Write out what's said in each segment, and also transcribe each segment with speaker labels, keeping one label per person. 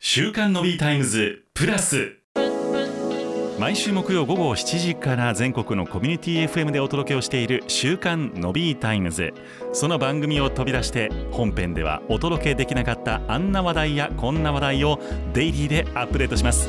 Speaker 1: 週刊のビータイムズプラス毎週木曜午後7時から全国のコミュニティ FM でお届けをしている週刊のビータイムズその番組を飛び出して本編ではお届けできなかったあんな話題やこんな話題をデイリーでアップデートします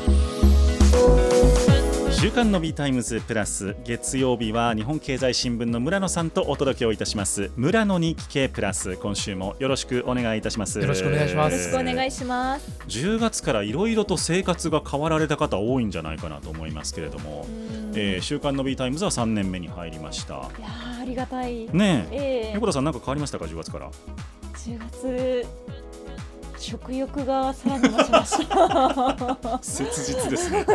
Speaker 1: 週刊の B タイムズプラス月曜日は日本経済新聞の村野さんとお届けをいたします村野に聞けプラス今週もよろしくお願いいたします
Speaker 2: よろしくお願いします
Speaker 3: よろしくお願いします。
Speaker 1: 10月からいろいろと生活が変わられた方多いんじゃないかなと思いますけれども、えー、週刊の B タイムズは3年目に入りました
Speaker 3: いやーありがたい。
Speaker 1: ねえ
Speaker 3: ええ
Speaker 1: 横田さんなんか変わりましたか10月から
Speaker 3: 10月食欲がさらに増し ました。
Speaker 1: 切実です ね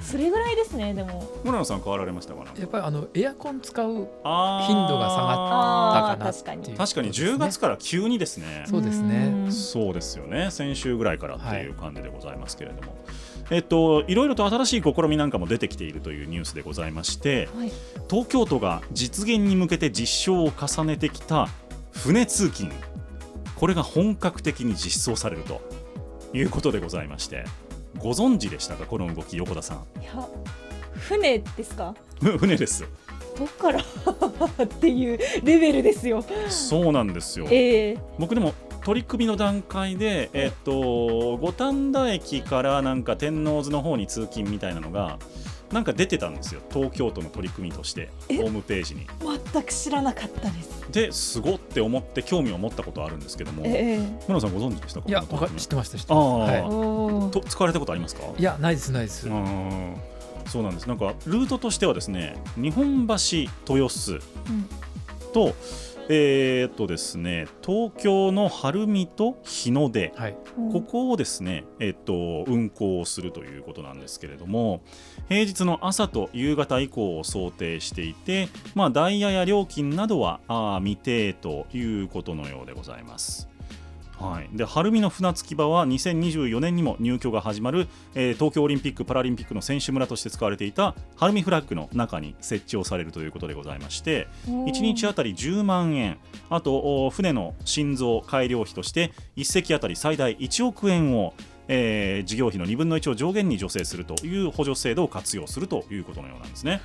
Speaker 3: それぐらいですねでも。
Speaker 1: 村野さん変わられましたかな
Speaker 2: やっぱりあのエアコン使う
Speaker 1: あー
Speaker 2: 頻度が下がった
Speaker 3: あー
Speaker 2: かな
Speaker 3: 確かに
Speaker 2: っていう
Speaker 1: 確かに10月
Speaker 2: か
Speaker 1: から急にですね
Speaker 2: そうですね
Speaker 3: ん
Speaker 1: そうですよね先週ぐらいからっていう感じでございますけれども、えっと、いろいろと新しい試みなんかも出てきているというニュースでございまして
Speaker 3: はい。
Speaker 1: 東京都が実現に向けて実証を重ねてきた船通勤これが本格的に実装されるということでございましてご存知でしたかこの動き横田さん
Speaker 3: いや船ですか。
Speaker 1: 船です
Speaker 3: どっからっていうレベルですよ。
Speaker 1: そうなんですよ
Speaker 3: ええ
Speaker 1: 僕でも取り組みの段階で、えっと、五反田駅からなんか天王洲の方に通勤みたいなのがなんか出てたんですよ東京都の取り組みとしてホームページに。
Speaker 3: 全く知らなかったです。
Speaker 1: ですごって思って興味を持ったことあるんですけども村
Speaker 3: ええ
Speaker 1: 野さんご存知でしたか
Speaker 2: いや
Speaker 1: この取り
Speaker 2: わか
Speaker 1: 組み
Speaker 2: 知ってました知って
Speaker 1: あ
Speaker 2: ま
Speaker 1: あ、
Speaker 2: したは
Speaker 3: お
Speaker 1: と
Speaker 3: ー
Speaker 1: 使われたことありますか
Speaker 2: いいやないですないです
Speaker 1: うーんそうなんですなんかルートとしてはですね日本橋豊洲
Speaker 3: うん
Speaker 1: と,、えーっとですね東京の晴海と日の出
Speaker 2: はい
Speaker 1: ここをですね、えっと、運行するということなんですけれども、平日の朝と夕方以降を想定していて、まあ、ダイヤや料金などはあー未定ということのようでございます。はい、で晴海の船着き場は2024年にも入居が始まる、えー東京オリンピック・パラリンピックの選手村として使われていた晴海フラッグの中に設置をされるということでございまして、1日あたり10万円、あとお船の心臓改良費として、1隻あたり最大1億円を、えー事業費の2分の1を上限に助成するという補助制度を活用するということのようなんですね。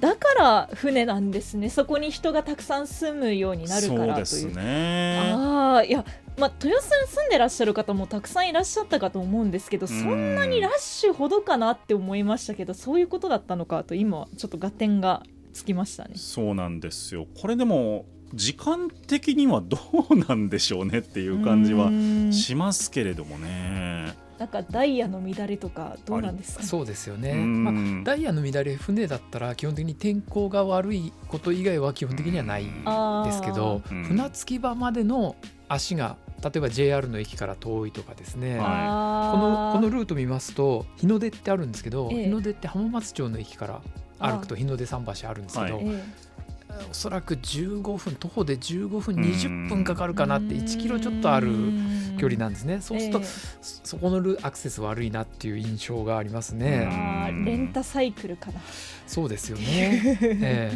Speaker 3: だから船なんですね。そこに人がたくさん住むようになるから
Speaker 1: そう
Speaker 3: と
Speaker 1: で
Speaker 3: いう
Speaker 1: すね。
Speaker 3: ああいや、まあ、豊洲に住んでらっしゃる方もたくさんいらっしゃったかと思うんですけどそんなにラッシュほどかなって思いましたけどそういうことだったのかと今ちょっと合点がつきましたね。
Speaker 1: そうなんですよ。これでも時間的にはどうなんでしょうねっていう感じは
Speaker 3: うん
Speaker 1: しますけれどもね。
Speaker 3: なんかダイヤの乱れとかどうなんですかね、
Speaker 2: そうですよ
Speaker 1: う
Speaker 2: ね、
Speaker 1: ん
Speaker 2: まあ、ダイヤの乱れ船だったら基本的に天候が悪いこと以外は基本的にはない
Speaker 3: あー
Speaker 2: ですけど、
Speaker 1: うん
Speaker 2: 船着き場までの足が例えば JR の駅から遠いとかです
Speaker 1: は
Speaker 2: ね、
Speaker 1: い
Speaker 3: あ
Speaker 2: このこの
Speaker 3: ー
Speaker 2: ルート見ますと日の出ってあるんですけど、
Speaker 3: ええ
Speaker 2: 日の出って浜松町の駅から歩くと日の出桟橋あるんですけど、
Speaker 1: はい
Speaker 3: え
Speaker 2: おそらく15分徒歩で15分
Speaker 1: うん
Speaker 2: 20分かか
Speaker 3: え
Speaker 2: るかなって1キロちょっとある距離なんんですねそうすると、そそこのルアクセス悪いなっていう印象があります
Speaker 3: ええ
Speaker 2: ね、
Speaker 3: あーレンタサイクルかな。
Speaker 2: そうですよ ね、え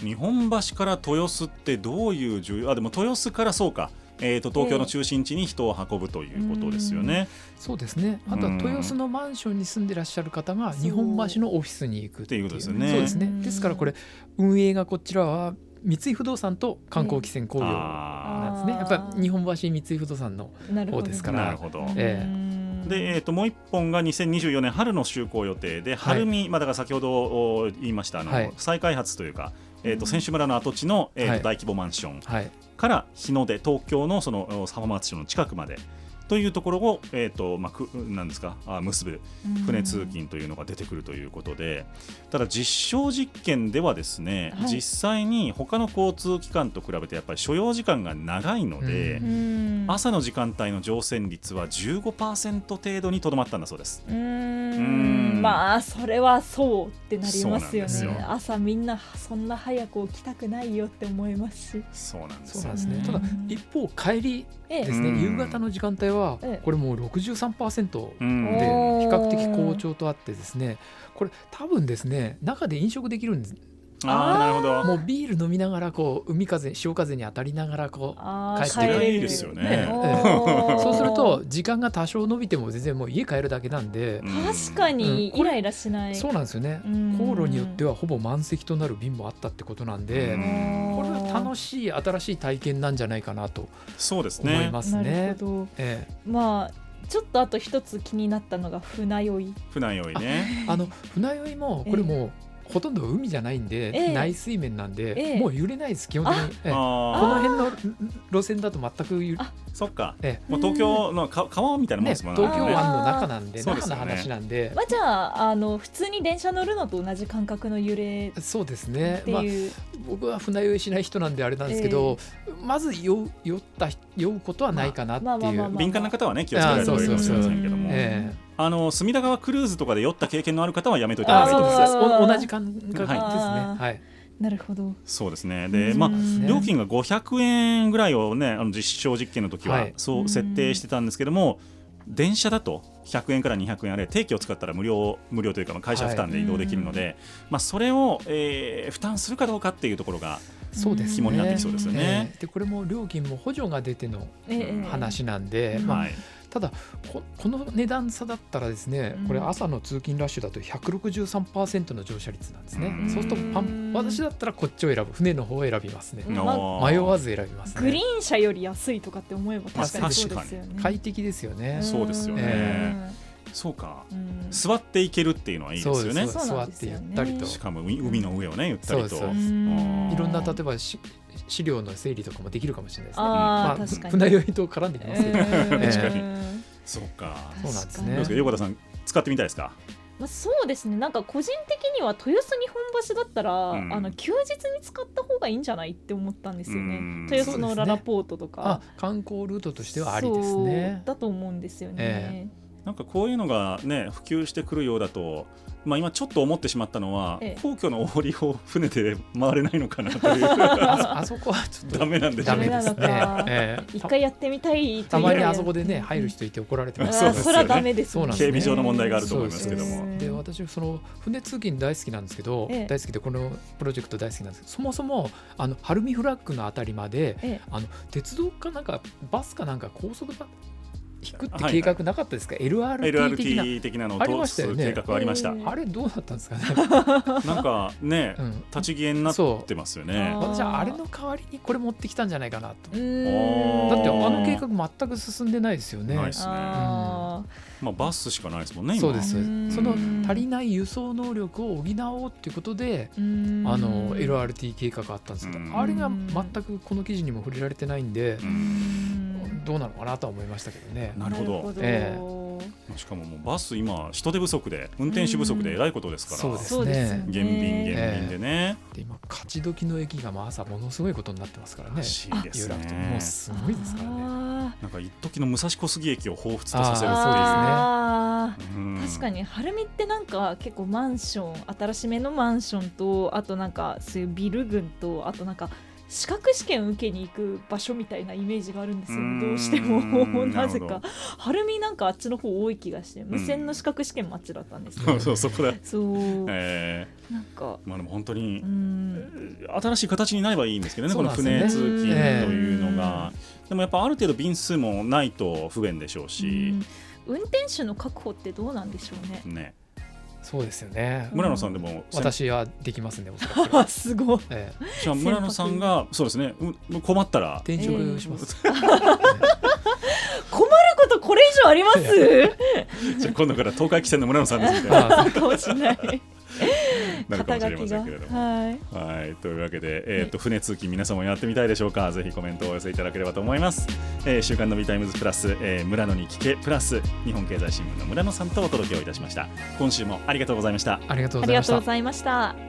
Speaker 1: 日本橋から豊洲ってどういう重要あでも豊洲からそうか、えー、と東京の中心地に人を運ぶということですよね。
Speaker 2: えそうですねあとは豊洲のマンションに住んでらっしゃる方が
Speaker 3: そう
Speaker 2: 日本橋のオフィスに行くっていう
Speaker 1: っていうことですよね
Speaker 2: そうです
Speaker 3: うん
Speaker 2: ねですからこれ運営がこちらは三井不動産と観光汽船工業な
Speaker 1: あ
Speaker 2: んですね
Speaker 3: あー
Speaker 2: やっぱり日本橋三井不動産の
Speaker 3: なるほど
Speaker 2: 方です
Speaker 1: ー
Speaker 2: か
Speaker 1: なる
Speaker 2: ら
Speaker 1: ほど。
Speaker 2: ええ
Speaker 3: うん
Speaker 1: で、えー、ともう一本が2024年春の就航予定で、
Speaker 2: はい
Speaker 1: 晴海、まあ、だから先ほどお言いましたあの、
Speaker 2: はい
Speaker 1: 再開発というか、えー、と
Speaker 3: うん
Speaker 1: 選手村の跡地の、えーと
Speaker 2: はい
Speaker 1: 大規模マンション
Speaker 2: はい
Speaker 1: から日の出、東京のそのお浜松町の近くまでというところを、えーとまあ、くなんですかあ結ぶ船通勤というのが出てくるということで、ただ実証実験ではですね、
Speaker 3: はい
Speaker 1: 実際に他の交通機関と比べてやっぱり所要時間が長いので
Speaker 2: う
Speaker 3: う、ん
Speaker 1: 朝の時間帯の乗船率は15%程度にとどまったんだそうです。
Speaker 3: うー
Speaker 1: うん
Speaker 3: んまあそれはそうってなりますよね
Speaker 2: そうなんです
Speaker 1: よ
Speaker 3: 朝みんなそんな早く起きたくないよって思いますし
Speaker 1: そうなんです
Speaker 2: そう
Speaker 1: よ
Speaker 2: なんですねただ
Speaker 3: うん
Speaker 2: 一方帰り
Speaker 3: え
Speaker 2: で
Speaker 3: え
Speaker 2: すね、
Speaker 1: うん
Speaker 2: 夕方の時間帯は
Speaker 3: ええ
Speaker 2: これもう63%
Speaker 1: うん
Speaker 2: で比
Speaker 3: おー
Speaker 2: 較的好調とあってですねこれ多分ですね中で飲食できるん
Speaker 1: ああなるほど
Speaker 2: もうビール飲みながらこう海風潮風に当たりながらこう
Speaker 3: ああ
Speaker 2: 帰ってくる
Speaker 1: いいですよね
Speaker 2: そうする、
Speaker 3: お
Speaker 2: と
Speaker 3: ー
Speaker 2: 時間が多少伸びても全然もう家帰るだけなんで、
Speaker 1: うん
Speaker 3: 確かにイライラしない、
Speaker 2: そうなんですよね
Speaker 3: うん
Speaker 2: 航路によってはほぼ満席となる便もあったってことなんで、
Speaker 1: うん
Speaker 2: これは楽
Speaker 3: し
Speaker 2: しい新しい体験なんじゃないかなと
Speaker 1: そうです
Speaker 2: 思い
Speaker 1: ね
Speaker 2: ます
Speaker 3: なる
Speaker 2: ね。
Speaker 3: ほど
Speaker 2: え
Speaker 3: まあちょっとあと一つ気になったのが船酔い
Speaker 1: 船酔いね
Speaker 2: え、あの船酔いもこれもうほとんど海じゃないんで、
Speaker 3: ええ
Speaker 2: 内水面なんで、
Speaker 3: ええ
Speaker 2: もう揺れないです基本的に、ええこ
Speaker 1: あ
Speaker 2: の辺の路線だと全く揺れ
Speaker 1: あそっか
Speaker 2: え
Speaker 1: もう東京のか川みたいなもん
Speaker 2: ね、
Speaker 1: ですもん
Speaker 2: 東
Speaker 1: ね
Speaker 2: 京
Speaker 1: あれね
Speaker 2: 湾の中なんで
Speaker 1: そうで
Speaker 2: 中
Speaker 1: す
Speaker 2: の
Speaker 1: よね
Speaker 2: 話なんで
Speaker 3: まあじゃああの普通に電車乗るのと同じ感覚の揺れ
Speaker 2: そうです
Speaker 3: っ
Speaker 2: ね
Speaker 3: て
Speaker 2: まあ
Speaker 3: いう、
Speaker 2: 僕は船酔いしない人なんであれなんですけど、まず酔う酔った酔うことはないかなってい
Speaker 3: まあまあまあま
Speaker 2: う
Speaker 3: あ
Speaker 1: 敏感な方はね気をつけられるといいかもしれませんけど
Speaker 3: あ
Speaker 1: も
Speaker 3: そうそうそう
Speaker 2: え
Speaker 1: あの隅田川クルーズとかで酔った経験のある方はやめといた
Speaker 2: あ
Speaker 1: 方がいい
Speaker 2: そ
Speaker 1: と
Speaker 2: う
Speaker 1: 思いますす
Speaker 2: でお
Speaker 3: あー
Speaker 2: 同じ感覚ですね
Speaker 3: あー
Speaker 2: はい
Speaker 3: なるほど
Speaker 1: そうですねで
Speaker 3: うん
Speaker 1: まあ
Speaker 2: ね
Speaker 1: 料金が500円ぐらいをねあの実証実験の時
Speaker 2: は
Speaker 1: はいそううん設定してたんですけども、電車だと100円から200円あれ定期を使ったら無料無料というかまあ会社負担で移動できるので、まあ、それを、えー負担するかどうかっていうところが
Speaker 2: そうですね
Speaker 1: 肝になってきそうですよね。
Speaker 2: ええでこれも料金も補助が出ての
Speaker 3: ええ
Speaker 2: 話なんで、
Speaker 3: うん
Speaker 2: まあ
Speaker 1: はい、
Speaker 2: ただここの値段差だったらですね、
Speaker 3: うん
Speaker 2: これ朝の通勤ラッシュだと163%の乗車率なんですね、
Speaker 1: うん
Speaker 2: そうするとパン私だったらこっちを選ぶ船の方を選びますね、
Speaker 3: うん
Speaker 2: 迷わず選びます
Speaker 3: グリ
Speaker 2: ね
Speaker 3: ーン車より安いとかって思えば
Speaker 1: まあ
Speaker 3: 確かにそうですよね、
Speaker 2: 快適ですよね、
Speaker 1: そうですよね
Speaker 2: え
Speaker 1: そうか
Speaker 3: うん
Speaker 1: 座っていけるっていうのはいいですよ
Speaker 2: そう
Speaker 1: ね
Speaker 2: です
Speaker 3: そう
Speaker 2: 座
Speaker 3: な
Speaker 2: っ
Speaker 3: んです
Speaker 2: て
Speaker 3: よ
Speaker 2: ゆっ
Speaker 3: ね
Speaker 2: たりと
Speaker 1: しかも海海の上をねゆったりと
Speaker 2: そうです
Speaker 3: うん
Speaker 2: いろんな例
Speaker 1: 建
Speaker 2: えばし資料の整理とかもできるかもしれないですね
Speaker 3: あー
Speaker 2: まあ、
Speaker 3: 確かに
Speaker 2: 船酔いと絡んできますけど、
Speaker 3: うん
Speaker 2: 確か
Speaker 1: にそうか
Speaker 2: そうなんですね
Speaker 3: 確かに
Speaker 1: どうですか横田さん使ってみたいですか
Speaker 3: まあ、そうですねなんか個人的には豊洲日本橋だったら、
Speaker 1: ん
Speaker 3: あの休日に使った方がいいんじゃないって思ったんですよね、
Speaker 1: うん
Speaker 3: 豊洲のララポートと
Speaker 2: あ、
Speaker 3: か
Speaker 2: 観光ルートとしてはありですね
Speaker 3: そうだと思うんですよね、
Speaker 2: え
Speaker 1: なんかこういうのがね普及してくるようだと、まあ、今ちょっと思ってしまったのは、
Speaker 3: ええ
Speaker 1: 皇居のおりを船で回れないのかなという
Speaker 2: あそあそこはちょっと
Speaker 1: ダメなんでしょ
Speaker 2: ダ
Speaker 1: う
Speaker 2: メ
Speaker 1: ね。
Speaker 2: です
Speaker 3: ダメなの
Speaker 2: ね
Speaker 3: か、
Speaker 2: ええ
Speaker 3: 一回やってみたいという
Speaker 2: たまにあそこでね入る人いて怒ら れて
Speaker 3: あ
Speaker 2: ま
Speaker 3: ー
Speaker 2: す
Speaker 1: そ
Speaker 3: そう
Speaker 1: ですよね
Speaker 3: れはダメですね
Speaker 2: そうなんです
Speaker 1: 警
Speaker 2: ね
Speaker 1: 備上の問題があると思いますけど
Speaker 2: そう
Speaker 1: も。
Speaker 2: ですで私その船通勤大好きなんですけど、
Speaker 3: ええ
Speaker 2: 大好きでこのプロジェクト大好きなんですけどそもそもあの晴海フラッグのあたりまで
Speaker 3: ええ
Speaker 2: あの鉄道かなんかバスかなんか高速バ引くって
Speaker 1: はい
Speaker 2: 計画なかったですか、LRT 的な
Speaker 1: LRT 的なの
Speaker 2: あり
Speaker 1: を
Speaker 2: ま
Speaker 1: 通
Speaker 2: した
Speaker 1: す
Speaker 2: よね
Speaker 1: 計画はありました。
Speaker 3: うん
Speaker 2: あれどうなったんです かね、
Speaker 1: なんか ね、
Speaker 2: うん、
Speaker 1: 立ち消えになってますよね
Speaker 3: そ。
Speaker 2: 私はあれの代わりにこれ持ってきたんじゃないかなと
Speaker 3: う
Speaker 2: だ
Speaker 3: ーん
Speaker 1: あー
Speaker 2: ってあの計画全く進んでないですよね
Speaker 1: ないですね
Speaker 3: あ
Speaker 1: まあバスしかないですもんね。今
Speaker 2: そうですそう
Speaker 3: うん
Speaker 2: ですその足りない輸送能力を補おうっていうことで
Speaker 3: ーうん
Speaker 2: あの LRT 計画があったんですけど、
Speaker 1: うん
Speaker 2: あれが全くこの記事にも触れられてないんで
Speaker 1: う、
Speaker 3: うんん
Speaker 2: どうなのかなとは思いましたけどね。
Speaker 1: なるほど。
Speaker 2: え
Speaker 1: しかももうバス今人手不足で運転手不足でえらいことですから。
Speaker 2: そうです
Speaker 3: そうですよね
Speaker 1: 減便減便でね。
Speaker 2: で今勝ち時の駅がまあ朝ものすごいことになってますからね
Speaker 1: ら。しいで
Speaker 2: 有
Speaker 1: す
Speaker 2: 楽町
Speaker 1: ね
Speaker 2: もう。すごいですからね。
Speaker 3: あ
Speaker 1: なんか一時の武蔵小杉駅を彷彿とさ
Speaker 3: ー
Speaker 1: せるっていう。
Speaker 3: あー
Speaker 1: うん
Speaker 3: 確かに晴海ってなんか結構マンション新しめのマンションとあとなんかそういうビル群とあとなんか資格試験受けに行く場所みたいなイメージがあるんですよ
Speaker 1: うーん
Speaker 3: ねどうしても
Speaker 1: な
Speaker 3: な
Speaker 1: るほ
Speaker 3: ぜ
Speaker 1: ど
Speaker 3: か晴海なんかあっちの方多い気がして無線の資格試験もあっちだったんです
Speaker 1: そ
Speaker 3: よ
Speaker 1: う そうそこだ。
Speaker 3: そう
Speaker 1: え
Speaker 3: なんか
Speaker 1: ー、まあでも本当
Speaker 3: う
Speaker 1: に
Speaker 3: ん
Speaker 1: 新しい形になればいいんですけどね、
Speaker 2: そ
Speaker 1: こ
Speaker 2: う
Speaker 1: の
Speaker 2: なんですね
Speaker 1: 船通勤
Speaker 2: ええ
Speaker 1: というのが。でもやっぱある程度便数もないと不便でしょうし、
Speaker 3: うん運転手の確保ってどうなんでしょうね
Speaker 1: ね、
Speaker 2: そうですよね。
Speaker 1: 村野さんでも、先
Speaker 2: 私はできますね。おそら く
Speaker 3: あすごい
Speaker 2: ええ
Speaker 1: じゃあ村野さんがそうですね、う困ったら。
Speaker 2: 転職し ます。
Speaker 3: 困ることこれ以上あります
Speaker 1: じゃあ今度から東海汽船の村野さんですみたいな
Speaker 2: あ
Speaker 3: かもしれない
Speaker 1: なるかもしれませんけれども。
Speaker 3: はい
Speaker 1: はいというわけで、えー、と船通勤皆さんもやってみたいでしょうかぜひコメントをお寄せいただければと思います、えー週刊のビタイムズプラス、えー村野に聞けプラス日本経済新聞の村野さんとお届けをいたしました今週もありがとうございました
Speaker 2: ありがとう
Speaker 3: あ
Speaker 2: ご
Speaker 3: り
Speaker 2: ざい
Speaker 3: が
Speaker 2: まし
Speaker 3: とう
Speaker 2: た
Speaker 3: ご。ざいました。